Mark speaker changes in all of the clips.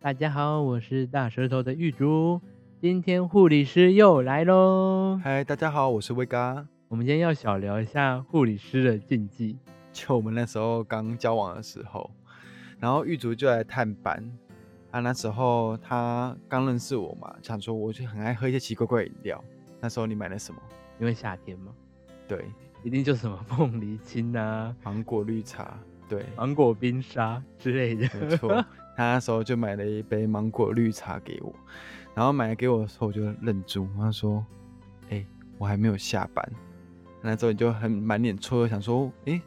Speaker 1: 大家好，我是大舌头的玉竹，今天护理师又来喽。
Speaker 2: 嗨，大家好，我是威嘎。
Speaker 1: 我们今天要小聊一下护理师的禁忌。
Speaker 2: 就我们那时候刚交往的时候，然后玉竹就来探班。啊，那时候他刚认识我嘛，想说我就很爱喝一些奇怪怪的饮料。那时候你买了什么？
Speaker 1: 因为夏天嘛，
Speaker 2: 对，
Speaker 1: 一定就什么 凤梨青啊、
Speaker 2: 芒果绿茶。对，
Speaker 1: 芒果冰沙之类的。
Speaker 2: 没错，他那时候就买了一杯芒果绿茶给我，然后买了给我的时候我就愣住，他说：“哎、我还没有下班。”那时候你就很满脸错愕，想说：“哎、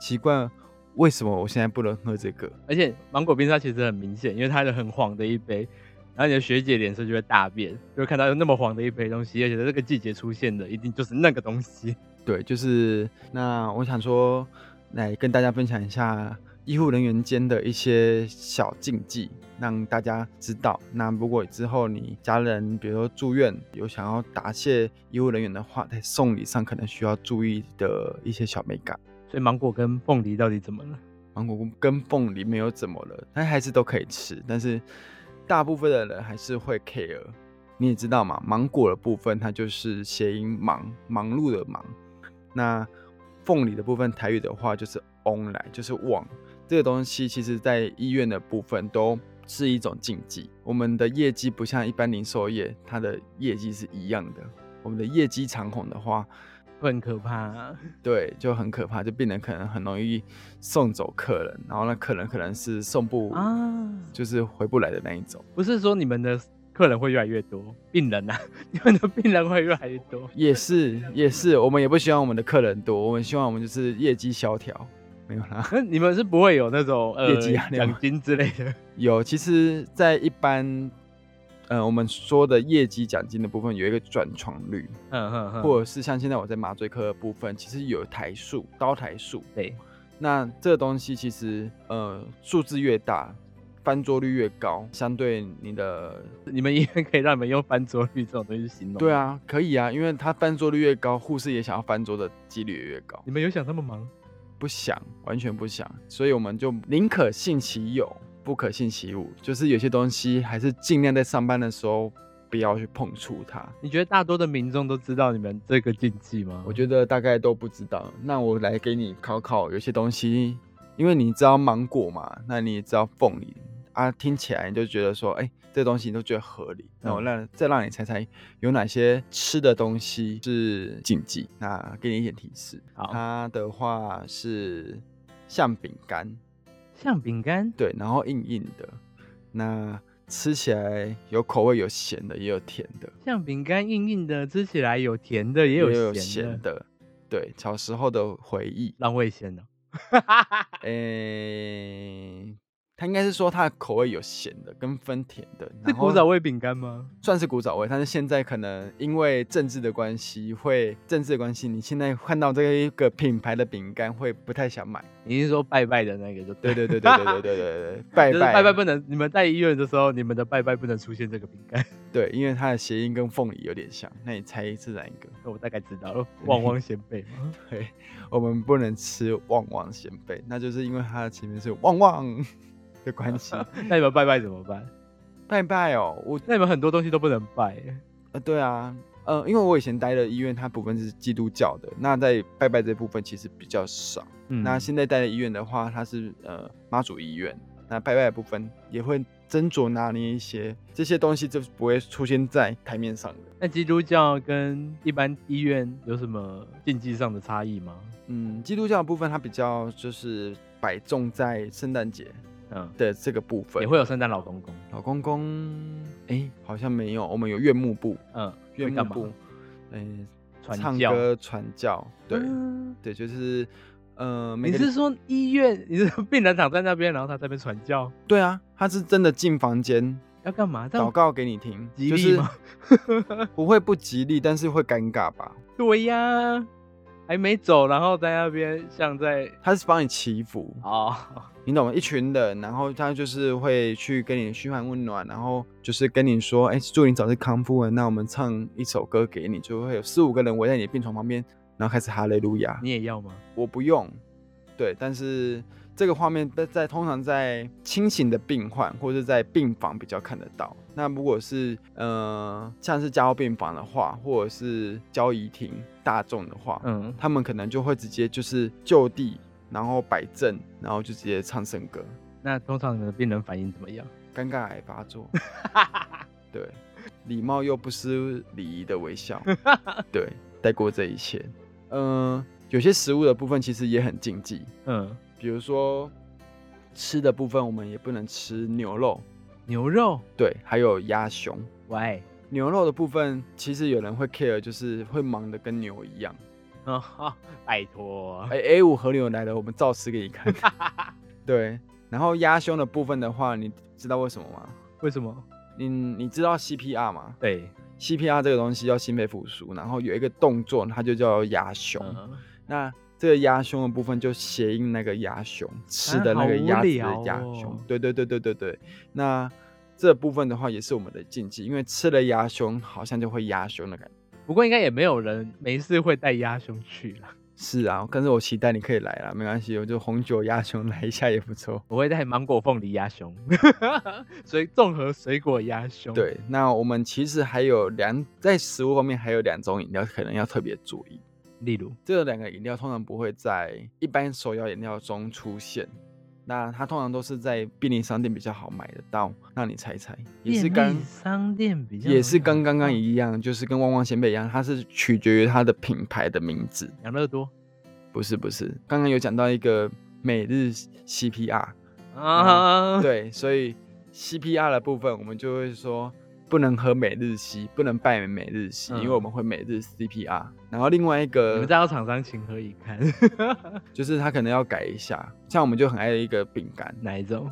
Speaker 2: 奇怪，为什么我现在不能喝这个
Speaker 1: 而且芒果冰沙其实很明显，因为它的很黄的一杯，然后你的学姐脸色就会大变，就会看到那么黄的一杯东西，而且在这个季节出现的，一定就是那个东西。？”
Speaker 2: 对，就是那我想说来跟大家分享一下医护人员间的一些小禁忌，让大家知道。那如果之后你家人比如说住院有想要答谢医护人员的话，在送礼上可能需要注意的一些小美感。
Speaker 1: 所以芒果跟凤梨到底怎么了？
Speaker 2: 芒果跟凤梨没有怎么了，但还是都可以吃。但是大部分的人还是会 care。你也知道嘛，芒果的部分它就是谐音忙，忙碌的忙。那凤梨的部分，台语的话就是 on 来，就是往这个东西，其实在医院的部分都是一种禁忌。我们的业绩不像一般零售业，它的业绩是一样的。我们的业绩长虹的话，
Speaker 1: 会很可怕、啊。
Speaker 2: 对，就很可怕，就病人可能很容易送走客人，然后那客人可能是送不，
Speaker 1: 啊
Speaker 2: 就是回不来的那一种。
Speaker 1: 不是说你们的客人会越来越多，病人啊， 你们的病人会越来越多。
Speaker 2: 也是也是，我们也不希望我们的客人多，我们希望我们就是业绩萧条，没有啦。
Speaker 1: 那你们是不会有那种呃
Speaker 2: 业绩压力吗
Speaker 1: 奖金之类的，
Speaker 2: 有，其实，在一般，呃，我们说的业绩奖金的部分有一个转床率，
Speaker 1: 嗯嗯嗯，
Speaker 2: 或者是像现在我在麻醉科的部分，其实有台数、刀台数，
Speaker 1: 对，
Speaker 2: 那这个东西其实，呃，数字越大，翻桌率越高，相对你的
Speaker 1: 你们医院可以让你们用翻桌率这种东西去形容。
Speaker 2: 对，啊，可以啊，因为他翻桌率越高，护士也想要翻桌的几率也越高。
Speaker 1: 你们有想那么忙？
Speaker 2: 不想，完全不想，所以我们就宁可信其有，不可信其无。就是有些东西还是尽量在上班的时候不要去碰触它。
Speaker 1: 你觉得大多的民众都知道你们这个禁忌吗？
Speaker 2: 我觉得大概都不知道。那我来给你考考，有些东西，因为你知道芒果嘛，那你也知道凤梨啊，听起来你就觉得说，哎、这东西你都觉得合理。那
Speaker 1: 嗯
Speaker 2: 我让、再让你猜猜，有哪些吃的东西是禁忌？那给你一点提示，
Speaker 1: 好
Speaker 2: 它的话是像饼干，
Speaker 1: 像饼干，
Speaker 2: 对，然后硬硬的，那吃起来有口味，有咸的，也有甜的。
Speaker 1: 像饼干硬硬的，吃起来有甜的，也有
Speaker 2: 也有
Speaker 1: 咸的，
Speaker 2: 咸的，对，小时候的回忆。
Speaker 1: 浪味仙呢、
Speaker 2: 诶、他应该是说它的口味有咸的跟分甜的，
Speaker 1: 是
Speaker 2: 然后
Speaker 1: 古早味饼干吗？
Speaker 2: 算是古早味，但是现在可能因为政治的关系，会政治的关系，你现在看到这一个品牌的饼干会不太想买。
Speaker 1: 你是说拜拜的那个就
Speaker 2: 对
Speaker 1: 对，
Speaker 2: 对对对对对对对对，拜
Speaker 1: 就是
Speaker 2: 拜
Speaker 1: 拜拜不能，你们在医院的时候，你们的拜拜不能出现这个饼干。
Speaker 2: 对，因为它的谐音跟凤梨有点像，那你猜是哪一个？
Speaker 1: 我大概知道 了，旺旺仙贝嘛。
Speaker 2: 对，我们不能吃旺旺仙贝，那就是因为它的前面是旺旺的 关系。
Speaker 1: 那你们拜拜怎么办？
Speaker 2: 拜拜哦，我
Speaker 1: 那你们很多东西都不能拜耶，
Speaker 2: 呃，对啊，呃，因为我以前待的医院，它部分是基督教的，那在拜拜这部分其实比较少。
Speaker 1: 嗯
Speaker 2: 那现在待的医院的话，它是呃妈祖医院，那拜拜的部分也会斟酌拿捏一些这些东西，就不会出现在台面上的。
Speaker 1: 那基督教跟一般医院有什么禁忌上的差异吗？
Speaker 2: 嗯，基督教的部分它比较就是摆重在圣诞节
Speaker 1: 嗯，
Speaker 2: 的这个部分。
Speaker 1: 也会有圣诞老公公，
Speaker 2: 老公公，哎、好像没有，我们有院幕部，
Speaker 1: 嗯，
Speaker 2: 院
Speaker 1: 会
Speaker 2: 幕
Speaker 1: 干嘛
Speaker 2: 部，嗯、
Speaker 1: 传
Speaker 2: 唱
Speaker 1: 教。
Speaker 2: 歌传教，对。
Speaker 1: 嗯
Speaker 2: 对，就是，呃，每
Speaker 1: 你
Speaker 2: 个
Speaker 1: 是说医院？你是病人躺在那边，然后他在那边传教，
Speaker 2: 对啊，他是真的进房间
Speaker 1: 要干嘛？这
Speaker 2: 祷
Speaker 1: 样
Speaker 2: 告给你听，
Speaker 1: 吉
Speaker 2: 就
Speaker 1: 利
Speaker 2: 是
Speaker 1: 吗
Speaker 2: 不会不吉利，但是会尴尬吧？
Speaker 1: 对呀，还没走，然后在那边像 在
Speaker 2: 他是帮你祈福，
Speaker 1: 哦，
Speaker 2: 你懂吗？一群人，然后他就是会去跟你嘘寒问暖，然后就是跟你说，哎、祝你早日康复啊！那我们唱一首歌给你，就会有四五个人围在你的病床旁边，然后开始哈雷路亚。
Speaker 1: 你也要吗？
Speaker 2: 我不用，对，但是这个画面在在通常在清醒的病患或者在病房比较看得到。那如果是呃像是加护病房的话，或者是交易厅大众的话，
Speaker 1: 嗯，
Speaker 2: 他们可能就会直接就是就地，然后摆正，然后就直接唱圣歌，
Speaker 1: 那通常你的病人反应怎么样？
Speaker 2: 尴尬癌发作。对，礼貌又不失礼仪的微笑，对，带过这一切。嗯、有些食物的部分其实也很禁忌，
Speaker 1: 嗯，
Speaker 2: 比如说吃的部分，我们也不能吃牛肉，
Speaker 1: 牛肉
Speaker 2: 对，还有鸭胸。
Speaker 1: 喂，
Speaker 2: 牛肉的部分，其实有人会 care，就是会忙得跟牛一样。
Speaker 1: 啊哈，拜托，
Speaker 2: 哎、a 五和牛来了，我们照吃给你看。对，然后鸭胸的部分的话，你知道为什么吗？
Speaker 1: 为什么？
Speaker 2: 你你知道 CPR 吗
Speaker 1: 对，
Speaker 2: ？CPR 这个东西叫心肺复苏，然后有一个动作，它就叫压胸。
Speaker 1: 嗯，
Speaker 2: 那这个鸭胸的部分就谐音那个鸭胸，吃的那个鸭子的鸭
Speaker 1: 啊好无聊
Speaker 2: 胸。
Speaker 1: 哦
Speaker 2: 对对对对对对。那这部分的话也是我们的禁忌，因为吃了鸭胸好像就会压胸的感觉。
Speaker 1: 不过应该也没有人没事会带鸭胸去啦，
Speaker 2: 是啊，但是我期待你可以来啦，没关系，我就红酒鸭胸来一下也不错。
Speaker 1: 我会带芒果、凤梨、鸭胸， 所以综合水果鸭胸。，
Speaker 2: 对，那我们其实还有两在食物方面还有两种饮料可能要特别注意，
Speaker 1: 例如，
Speaker 2: 这两个饮料通常不会在一般手摇饮料中出现，那它通常都是在便利商店比较好买得到。那你猜一猜，也是
Speaker 1: 便
Speaker 2: 跟
Speaker 1: 利商店嗯比较
Speaker 2: 也是
Speaker 1: 容易哦
Speaker 2: 跟
Speaker 1: 买
Speaker 2: 刚刚
Speaker 1: 到
Speaker 2: 一样，就是跟旺旺仙贝一样，它是取决于它的品牌的名字，
Speaker 1: 养乐多
Speaker 2: 不是不是。刚刚有讲到一个每日 CPR，
Speaker 1: 啊，
Speaker 2: 嗯对，所以 CPR 的部分，我们就会说不能喝每日 C，不能拜每日 C，、因为
Speaker 1: 嗯
Speaker 2: 我们会每日 CPR。然后另外一
Speaker 1: 你
Speaker 2: 个
Speaker 1: 们知道厂商情何以堪？
Speaker 2: 就是它可能要改一下，像我们就很爱一个饼干
Speaker 1: 哪一种？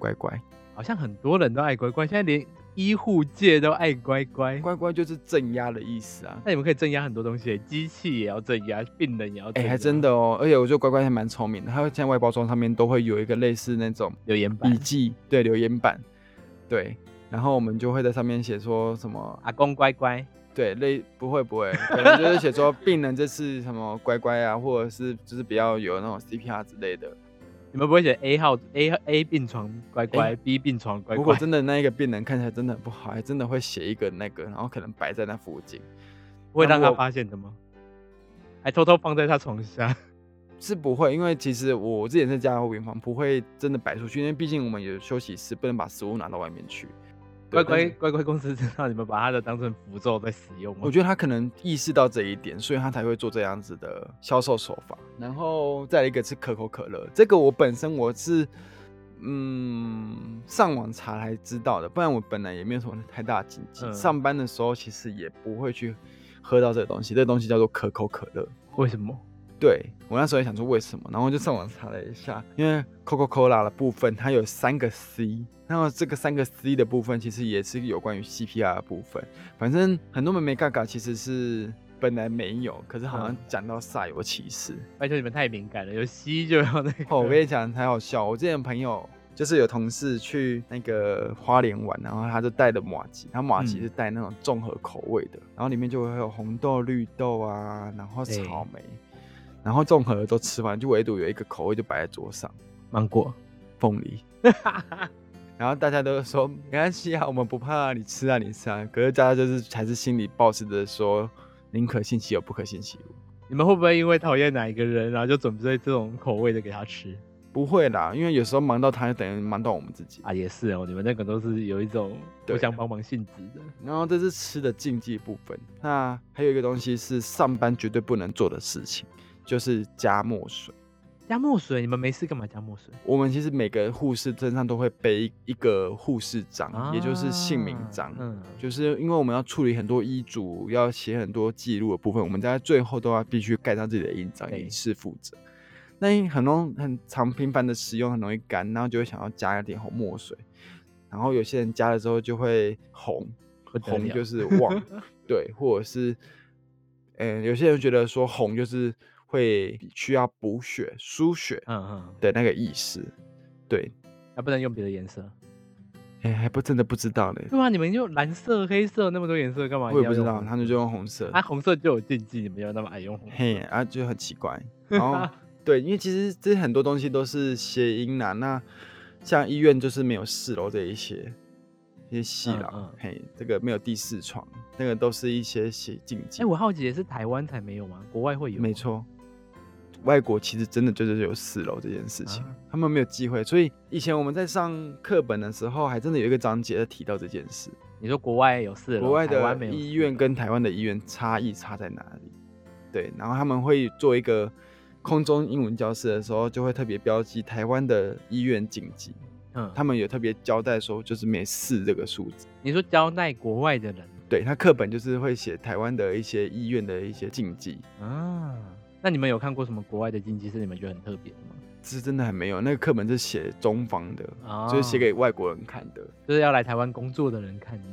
Speaker 2: 乖乖，
Speaker 1: 好像很多人都爱乖乖，现在连医护界都爱乖乖。
Speaker 2: 乖乖就是镇压的意思啊。
Speaker 1: 那你们可以镇压很多东西，机器也要镇压，病人也要
Speaker 2: 哎、
Speaker 1: 镇压。
Speaker 2: 还真的哦，而且我觉得乖乖还蛮聪明的，它会现在外包装上面都会有一个类似那种
Speaker 1: 留言板
Speaker 2: 笔，记，对，留言板，对，然后我们就会在上面写说什么
Speaker 1: 阿公乖乖，
Speaker 2: 对，类不会不会，可能就是写说病人这次什么乖乖啊，或者是就是比较有那种 CPR 之类的。
Speaker 1: 你们不会写 A 号 A A 病床乖乖、
Speaker 2: 哎
Speaker 1: b 病床乖
Speaker 2: 如果
Speaker 1: 乖。
Speaker 2: 真的那一个病人看起来真的很不好，还真的会写一个那个，然后可能摆在那附近，
Speaker 1: 不会让
Speaker 2: 那
Speaker 1: 他
Speaker 2: 我
Speaker 1: 发现的吗？还偷偷放在他床下，
Speaker 2: 是不会，因为其实我之前在家护病房不会真的摆出去，因为毕竟我们有休息室，不能把食物拿到外面去。对
Speaker 1: 乖乖
Speaker 2: 但是
Speaker 1: 乖乖公司知道你们把它的当成符咒在使用吗？
Speaker 2: 我觉得他可能意识到这一点，所以他才会做这样子的销售手法。然后再来一个是可口可乐，这个我本身我是嗯上网查才知道的，不然我本来也没有什么太大的禁忌。
Speaker 1: 嗯
Speaker 2: 上班的时候其实也不会去喝到这个东西，这个东西叫做可口可乐。
Speaker 1: 得为什么？
Speaker 2: 对我那时候也想说为什么，然后就上网查了一下，因为 Coca-Cola 的部分它有三个 C，然后这个三个 C 的部分其实也是有关于 CPR 的部分。反正很多妹妹嘎嘎其实是本来没有，可是好像
Speaker 1: 嗯
Speaker 2: 讲到煞有其事。
Speaker 1: 拜托你们太敏感了，有吸就要那个。
Speaker 2: 哦，我跟你讲还好笑，我之前朋友就是有同事去那个花莲玩，然后他就带了马吉，他马吉
Speaker 1: 嗯
Speaker 2: 是带那种综合口味的，然后里面就会有红豆、绿豆啊，然后
Speaker 1: 对
Speaker 2: 草莓，然后综合都吃完，就唯独有一个口味就摆在桌上，
Speaker 1: 芒果，
Speaker 2: 凤梨。然后大家都说没关系啊，我们不怕啊、你吃啊，你吃啊。可是大家就是还是心里抱持着说，宁可信其有，不可信其无。
Speaker 1: 你们会不会因为讨厌哪一个人，然后就准备这种口味的给他吃
Speaker 2: 不会啦，因为有时候忙到他，就等于忙到我们自己。
Speaker 1: 啊？也是哦，你们那个都是有一种
Speaker 2: 对
Speaker 1: 互相帮忙性质的。
Speaker 2: 然后这是吃的禁忌部分。那还有一个东西是上班绝对不能做的事情，就是加墨水。
Speaker 1: 加墨水，你们没事干嘛加墨水？
Speaker 2: 我们其实每个护士身上都会背一一个护士章，也就是姓名
Speaker 1: 啊
Speaker 2: 章。
Speaker 1: 嗯，
Speaker 2: 就是因为我们要处理很多医嘱，要写很多记录的部分，我们在最后都要必须盖上自己的印章，
Speaker 1: 对
Speaker 2: 以示负责。那因为很容很常频繁的使用，很容易干，然后就会想要加一点红墨水，然后有些人加了之后就会红，
Speaker 1: 不得
Speaker 2: 红
Speaker 1: 了
Speaker 2: 就是忘，对，或者是，嗯，有些人觉得说红就是会需要补血、输血
Speaker 1: 嗯嗯，
Speaker 2: 的那个意思，对，
Speaker 1: 还不能用别的颜色。
Speaker 2: 哎、还不真的不知道呢，
Speaker 1: 对啊，你们用蓝色、黑色那么多颜色干嘛？
Speaker 2: 我
Speaker 1: 一
Speaker 2: 也
Speaker 1: 定
Speaker 2: 不知
Speaker 1: 要用
Speaker 2: 道，
Speaker 1: 红
Speaker 2: 他们就用红色
Speaker 1: 色，啊，红色就有禁忌，你们要那么爱用红色。
Speaker 2: 嘿啊，就很奇怪。然后对，因为其实这很多东西都是谐音啦。那像医院就是没有四楼这一些，一些戏啦，
Speaker 1: 嗯嗯
Speaker 2: 嘿，这个没有第四床，那个都是一些写禁忌。
Speaker 1: 哎、我好奇也是台湾才没有吗？国外会有？
Speaker 2: 没，错，外国其实真的就是有四楼这件事情，
Speaker 1: 啊
Speaker 2: 他们没有忌讳。所以以前我们在上课本的时候，还真的有一个章节在提到这件事。
Speaker 1: 你说国外有四楼，
Speaker 2: 国外
Speaker 1: 台湾没
Speaker 2: 的
Speaker 1: 有啊
Speaker 2: 医
Speaker 1: 四
Speaker 2: 院
Speaker 1: 楼
Speaker 2: 跟台湾的医院差异差在哪里？对，然后他们会做一个空中英文教室的时候，就会特别标记台湾的医院紧急，
Speaker 1: 嗯，
Speaker 2: 他们有特别交代说，就是每四这个数字。
Speaker 1: 你说交代国外的人
Speaker 2: 对他课本就是会写台湾的一些医院的一些禁忌，
Speaker 1: 啊？那你们有看过什么国外的禁忌是你们觉得很特别的吗？
Speaker 2: 这真的很没有。那个课本是写中方的，
Speaker 1: 啊
Speaker 2: 就是写给外国人看的。
Speaker 1: 就是要来台湾工作的人看的。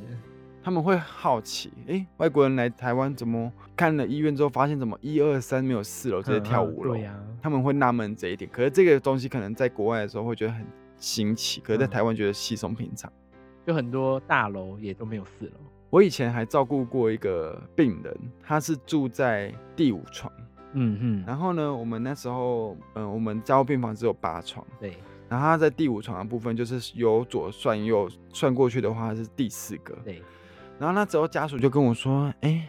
Speaker 2: 他们会好奇，诶，外国人来台湾怎么看了医院之后，发现怎么一二三没有四楼，直接
Speaker 1: 嗯
Speaker 2: 跳
Speaker 1: 嗯
Speaker 2: 五楼。
Speaker 1: 对呀、
Speaker 2: 他们会纳闷这一点。可是这个东西可能在国外的时候会觉得很新奇，可是在
Speaker 1: 嗯
Speaker 2: 台湾觉得稀松平常。
Speaker 1: 就很多大楼也都没有四楼。
Speaker 2: 我以前还照顾过一个病人，他是住在第五床，
Speaker 1: 嗯哼，
Speaker 2: 然后呢，我们那时候，嗯、我们加护病房只有八床，
Speaker 1: 对，
Speaker 2: 然后他在第五床的部分，就是由左算右算过去的话是第四个，
Speaker 1: 对，
Speaker 2: 然后那时候家属就跟我说，哎、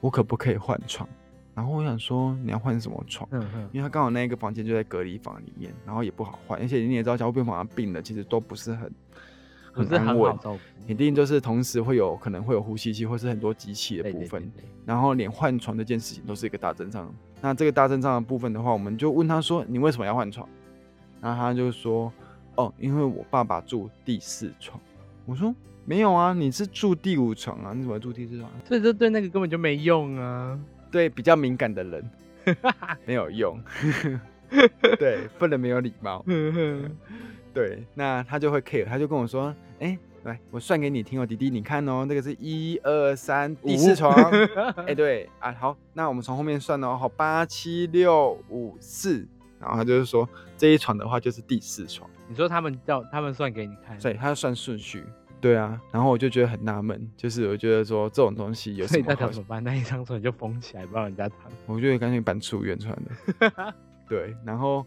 Speaker 2: 我可不可以换床？然后我想说，你要换什么床？
Speaker 1: 嗯哼，
Speaker 2: 因为他刚好那一个房间就在隔离房里面，然后也不好换，而且你也知道，加护病房的病人其实都不是很
Speaker 1: 不
Speaker 2: 很
Speaker 1: 是
Speaker 2: 安
Speaker 1: 很
Speaker 2: 稳
Speaker 1: 好，照顾。
Speaker 2: 一定就是同时会有可能会有呼吸器或是很多机器的
Speaker 1: 对
Speaker 2: 部
Speaker 1: 对
Speaker 2: 分，
Speaker 1: 对对，
Speaker 2: 然后连换床这件事情都是一个大阵仗。那这个大阵仗的部分的话，我们就问他说：“你为什么要换床？”然后他就说：“哦，因为我爸爸住第四床。”我说：“没有啊，你是住第五床啊，你怎么住第四床？”
Speaker 1: 所以这对那个根本就没用啊。
Speaker 2: 对比较敏感的人没有用， 对，不能没有礼貌。
Speaker 1: 哼哼，
Speaker 2: 对，那他就会 care，他就跟我说，哎、来，我算给你听哦，弟弟，你看哦，这个是一二三，第四
Speaker 1: 五
Speaker 2: 床，哎、对啊，好，那我们从后面算哦，好，八七六五四，然后他就是说这一床的话就是第四床，
Speaker 1: 你说他们叫他们算给你看，
Speaker 2: 所以他就算顺序。对啊，然后我就觉得很纳闷，就是我觉得说这种东西有
Speaker 1: 所
Speaker 2: 什
Speaker 1: 以
Speaker 2: 么
Speaker 1: 代
Speaker 2: 好
Speaker 1: 表怎么办？那一张床就封起来，不让人家躺。
Speaker 2: 我觉得干脆搬出院穿的。 对，然后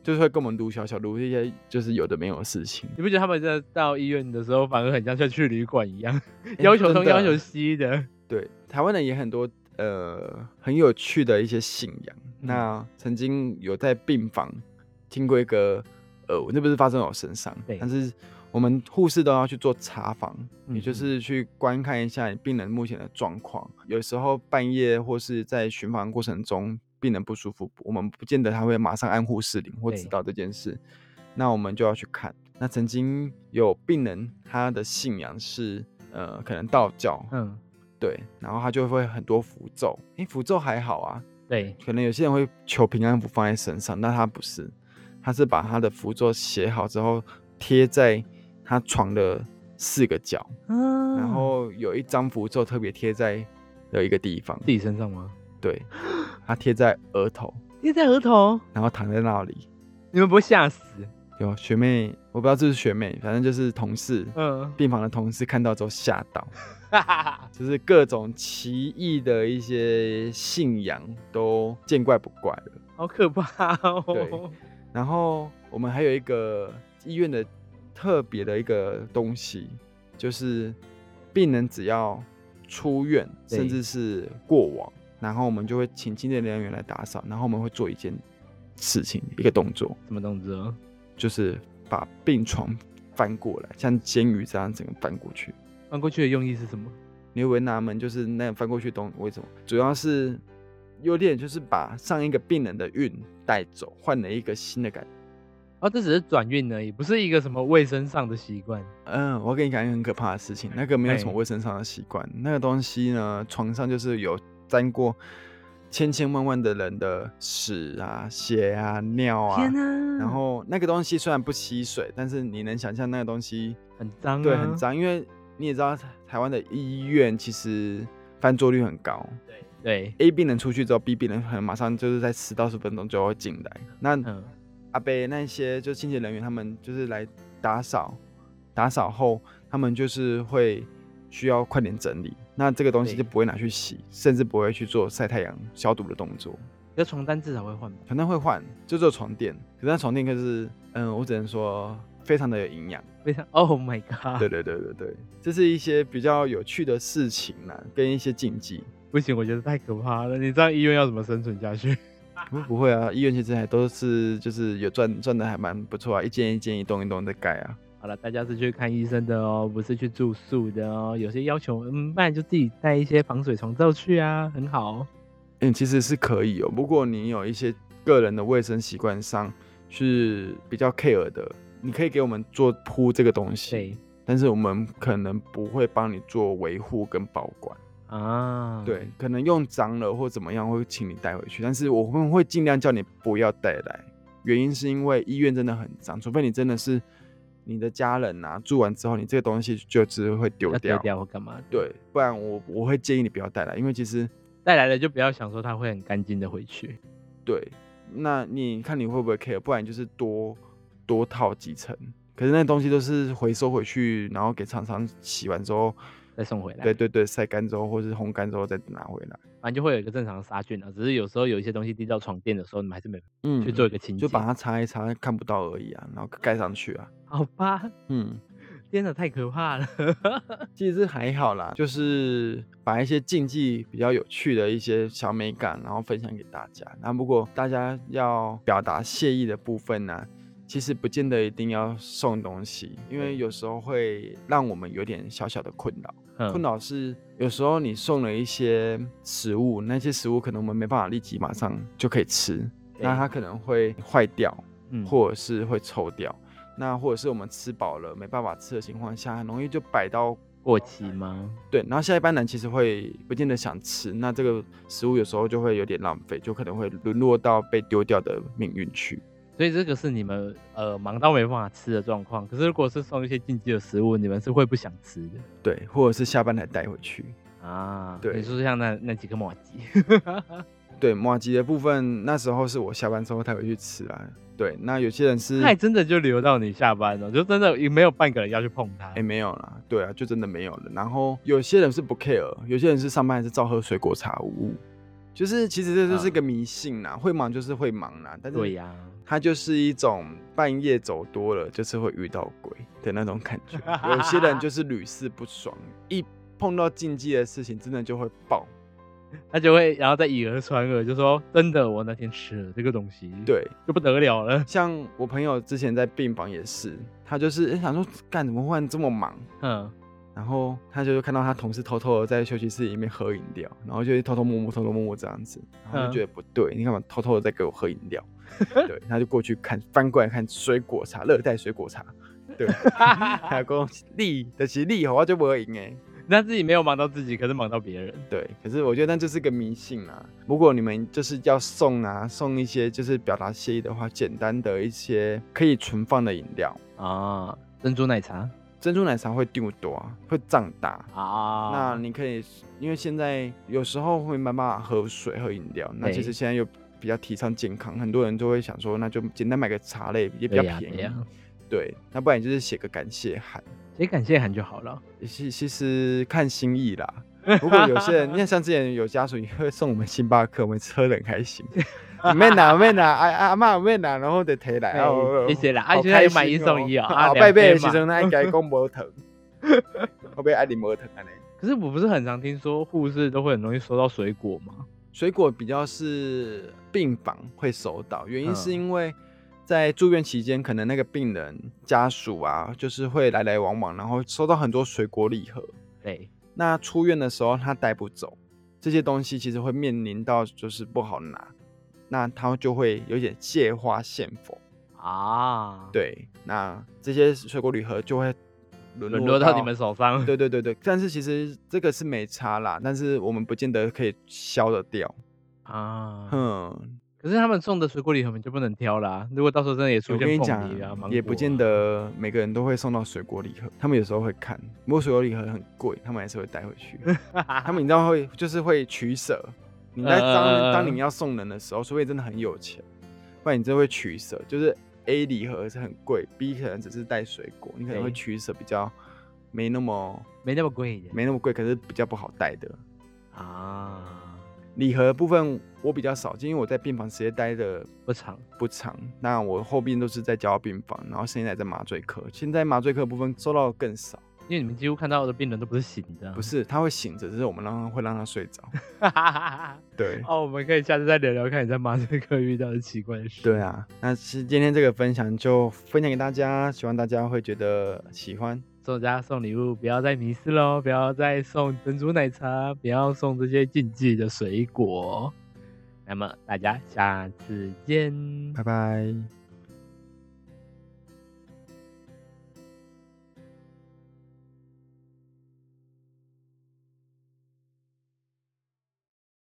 Speaker 2: 就是会跟我们撸小小撸一些，就是有的没有的事情，
Speaker 1: 你不觉得他们在到医院的时候，反而很像像去旅馆一样， 要求东
Speaker 2: 哎真的啊
Speaker 1: 要求西的？
Speaker 2: 对，台湾人也很多呃很有趣的一些信仰。
Speaker 1: 嗯
Speaker 2: 那曾经有在病房听过一个呃，那不是发生在我身上
Speaker 1: 对，
Speaker 2: 但是我们护士都要去做查房，也
Speaker 1: 嗯
Speaker 2: 就
Speaker 1: 嗯
Speaker 2: 是去观看一下病人目前的状况。有时候半夜或是在巡房过程中，病人不舒服，我们不见得他会马上按护士铃或知
Speaker 1: 对
Speaker 2: 道这件事，那我们就要去看。那曾经有病人，他的信仰是呃，可能道教，
Speaker 1: 嗯，
Speaker 2: 对，然后他就会很多符咒。诶，符咒还好啊，
Speaker 1: 对，
Speaker 2: 可能有些人会求平安符放在身上，但他不是，他是把他的符咒写好之后贴在他床的四个角，
Speaker 1: 嗯
Speaker 2: 然后有一张符咒特别贴在有一个地方，
Speaker 1: 自己身上吗？
Speaker 2: 对，他贴在额头，
Speaker 1: 贴在额头，
Speaker 2: 然后躺在那里。
Speaker 1: 你们不会吓死？
Speaker 2: 有学妹，我不知道这是学妹，反正就是同事，
Speaker 1: 嗯，
Speaker 2: 病房的同事看到之后吓到。
Speaker 1: 哈哈哈。
Speaker 2: 就是各种奇异的一些信仰都见怪不怪了。
Speaker 1: 好可怕哦！
Speaker 2: 对然后我们还有一个呃医院的特别的一个东西，就是病人只要出院，
Speaker 1: 对
Speaker 2: 甚至是过往，然后我们就会请清洁人员来打扫，然后我们会做一件事情，一个动作，
Speaker 1: 什么动作？
Speaker 2: 就是把病床翻过来，像监狱这样整个翻过去。
Speaker 1: 翻过去的用意是什么？
Speaker 2: 你会纳闷，就是那样翻过去的东为什么？主要是有点就是把上一个病人的运带走，换了一个新的感
Speaker 1: 哦，这只是转运而已，不是一个什么卫生上的习惯。
Speaker 2: 嗯，我跟你讲一个很可怕的事情，那个没有什么
Speaker 1: 嘿
Speaker 2: 卫生上的习惯，那个东西呢，床上就是有沾过千千万万的人的屎啊、血啊、尿啊
Speaker 1: 天。哪！
Speaker 2: 然后那个东西虽然不吸水，但是你能想象那个东西
Speaker 1: 很脏、啊，
Speaker 2: 对，很。脏，因为你也知道台湾的医院其实翻桌率很高，
Speaker 1: 对，
Speaker 2: A 病人出去之后，B 病人可能马上就是在十到十分钟就会进来。那
Speaker 1: 嗯，
Speaker 2: 阿贝啊那些就清洁人员他们就是来打扫，打扫后他们就是会需要快点整理。那这个东西
Speaker 1: 对
Speaker 2: 就不会拿去洗，甚至不会去做晒太阳消毒的动作。
Speaker 1: 那床单至少会换吧？
Speaker 2: 床单会换，就只有床垫。可是它床垫可是，嗯，我只能说非常的有营养。
Speaker 1: 非常，Oh my god！
Speaker 2: 对对对对对，这是一些比较有趣的事情啦，跟一些禁忌。嗯
Speaker 1: 不行，我觉得太可怕了。你这样医院要怎么生存下去？
Speaker 2: 不不会啊，医院其实还都是就是有赚赚的还蛮不错啊，一间一间一栋一栋的盖啊。
Speaker 1: 好了，大家是去看医生的哦，不是去住宿的哦。有些要求，嗯，不然就自己带一些防水床罩去啊，很好哦。
Speaker 2: 嗯，其实是可以哦，不过你有一些个人的卫生习惯上是比较 care 的，你可以给我们做铺这个东西，
Speaker 1: 对
Speaker 2: 但是我们可能不会帮你做维护跟保管。
Speaker 1: 啊，
Speaker 2: 对，可能用脏了或怎么样会请你带回去，但是我们会尽量叫你不要带来。原因是因为医院真的很脏，除非你真的是你的家人啊，住完之后你这个东西就只会丢
Speaker 1: 要丢
Speaker 2: 掉。
Speaker 1: 掉或干嘛的？
Speaker 2: 对，不然我我会建议你不要带来，因为其实
Speaker 1: 带来了就不要想说它会很干净的回去。
Speaker 2: 对，那你看你会不会 care？不然就是多多套几层，可是那东西都是回收回去，然后给厂商洗完之后，
Speaker 1: 再送回来，
Speaker 2: 对，对对，晒干之后或是烘干之后再拿回来。
Speaker 1: 反正就会有一个正常的杀菌啊。只是有时候有一些东西滴到床垫的时候，你们还是没
Speaker 2: 嗯
Speaker 1: 去做一个清洁。
Speaker 2: 就把它擦一擦，看不到而已啊，然后盖上去啊。
Speaker 1: 好吧，
Speaker 2: 嗯，
Speaker 1: 天哪，太可怕了。
Speaker 2: 其实还好啦，就是把一些竞技比较有趣的一些小美感，然后分享给大家。那如果大家要表达谢意的部分呢、其实不见得一定要送东西，因为有时候会让我们有点小小的困扰。
Speaker 1: 嗯
Speaker 2: 困扰是有时候你送了一些食物，那些食物可能我们没办法立即马上就可以吃，那它可能会坏掉，
Speaker 1: 嗯
Speaker 2: 或者是会臭掉。那或者是我们吃饱了没办法吃的情况下，很容易就摆到
Speaker 1: 过期吗？
Speaker 2: 对，然后下一班人其实会不见得想吃，那这个食物有时候就会有点浪费，就可能会沦落到被丢掉的命运去。
Speaker 1: 所以这个是你们呃忙到没办法吃的状况。可是如果是送一些禁忌的食物，你们是会不想吃的
Speaker 2: 对，或者是下班才带回去。
Speaker 1: 啊。
Speaker 2: 对
Speaker 1: 你说像那那几个马吉，
Speaker 2: 对，马吉的部分那时候是我下班之后才回去吃啊。对，那有些人是
Speaker 1: 它还真的就留到你下班了，就真的也没有半个人要去碰它
Speaker 2: 哎、。没有啦，对啊，就真的没有了。然后有些人是不 care，有些人是上班还是照喝水果茶屋，就是其实这就是个迷信啦，会忙就是会忙啦，但
Speaker 1: 对
Speaker 2: 是
Speaker 1: 呀、
Speaker 2: 它就是一种半夜走多了就是会遇到鬼的那种感觉。有些人就是屡试不爽，一碰到禁忌的事情真的就会爆。
Speaker 1: 他就会然后再以讹传讹，就说真的，我那天吃了这个东西，，
Speaker 2: 对，
Speaker 1: 就不得了了。
Speaker 2: 像我朋友之前在病房也是，他就是、诶想说干怎么忽然这么忙，
Speaker 1: 嗯，
Speaker 2: 然后他就看到他同事偷偷的在休息室里面喝饮料，然后就偷偷摸摸、偷偷摸摸这样子，然后
Speaker 1: 嗯
Speaker 2: 就觉得不对，你干嘛偷偷的在给我喝饮料？ 对，他就过去看，翻过来看水果茶，热带水果茶，对，还有讲利，但是利好我就不会赢哎，
Speaker 1: 那自己没有忙到自己，可是忙到别人。
Speaker 2: 对，可是我觉得那就是个迷信啊。如果你们就是要送啊，送一些就是表达谢意的话，简单的一些可以存放的饮料，
Speaker 1: 啊，珍珠奶茶
Speaker 2: 珍珠奶茶会丢多啊，会胀大，
Speaker 1: 啊，
Speaker 2: 那你可以，因为现在有时候会没办法喝水、喝饮料，那其
Speaker 1: 对
Speaker 2: 实现在又比较提倡健康，很多人就会想说，那就简单买个茶类也比
Speaker 1: 对
Speaker 2: 较
Speaker 1: 呀
Speaker 2: 便
Speaker 1: 对
Speaker 2: 宜
Speaker 1: 呀。
Speaker 2: 对，那不然你就是写个感谢函，
Speaker 1: 写感谢函就好了。
Speaker 2: 其其实看心意 啦。不过有些人，因为像之前有家属也会送我们星巴克，我们喝的很 开心，没拿没拿，阿阿妈没拿，然后得提来，
Speaker 1: 哎
Speaker 2: 哦
Speaker 1: 谢谢啦，啊，
Speaker 2: 好
Speaker 1: 现在
Speaker 2: 开
Speaker 1: 有
Speaker 2: 心
Speaker 1: 买一送 一哦，啊，
Speaker 2: 啊，拜拜的
Speaker 1: 两杯
Speaker 2: 时
Speaker 1: 嘛
Speaker 2: 阵，那应该讲无疼， 我被爱你无疼安尼。
Speaker 1: 可是我不是很常听说护士都会很容易收到水果吗？
Speaker 2: 水果比较是病房会收到，原因是
Speaker 1: 嗯
Speaker 2: 因为在住院期间，可能那个病人家属啊，就是会来来往往，然后收到很多水果礼盒。
Speaker 1: 对，
Speaker 2: 那出院的时候他带不走这些东西，其实会面临到就是不好拿，那他就会有点借花献佛。
Speaker 1: 啊，，
Speaker 2: 对，那这些水果礼盒就会沦
Speaker 1: 沦落到你们手上。
Speaker 2: 对对对对，但是其实这个是没差啦，但是我们不见得可以消得掉。
Speaker 1: 啊，
Speaker 2: 嗯，
Speaker 1: 可是他们送的水果礼盒我们就不能挑啦。如果到时候真的也出
Speaker 2: 我跟
Speaker 1: 现
Speaker 2: 你
Speaker 1: 凤
Speaker 2: 讲
Speaker 1: 梨啊、芒果啊，
Speaker 2: 也不见得每个人都会送到水果礼盒，他们有时候会看，不过水果礼盒很贵，他们还是会带回 去。他们你知道会就是会取舍，你在当、
Speaker 1: 呃
Speaker 2: 当你要送人的时候，除非真的很有钱，不然你真的会取舍。就是 A 礼盒是很贵，B 可能只是带水果，你可能会
Speaker 1: 对
Speaker 2: 取舍比较没那么
Speaker 1: 没那么贵的
Speaker 2: 没那么贵，可是比较不好带的。
Speaker 1: 啊。
Speaker 2: 礼盒的部分我比较少见，因为我在病房时间待的
Speaker 1: 不长，
Speaker 2: 不长，那我后边都是在交病房，然后现在在麻醉科。现在麻醉科部分收到的更少，
Speaker 1: 因为你们几乎看到的病人都不是醒的、
Speaker 2: 不，是他会醒着，只是我们让他会让他睡着。 对，
Speaker 1: 哦，我们可以下次再聊聊看你在麻醉科遇到的奇怪的事。
Speaker 2: 对啊。那其实今天这个分享就分享给大家，希望大家会觉得喜欢。
Speaker 1: 送大家送礼物，不要再迷失喽，不要再送珍珠奶茶，不要送这些禁忌的水果。那么大家下次见，
Speaker 2: 拜拜。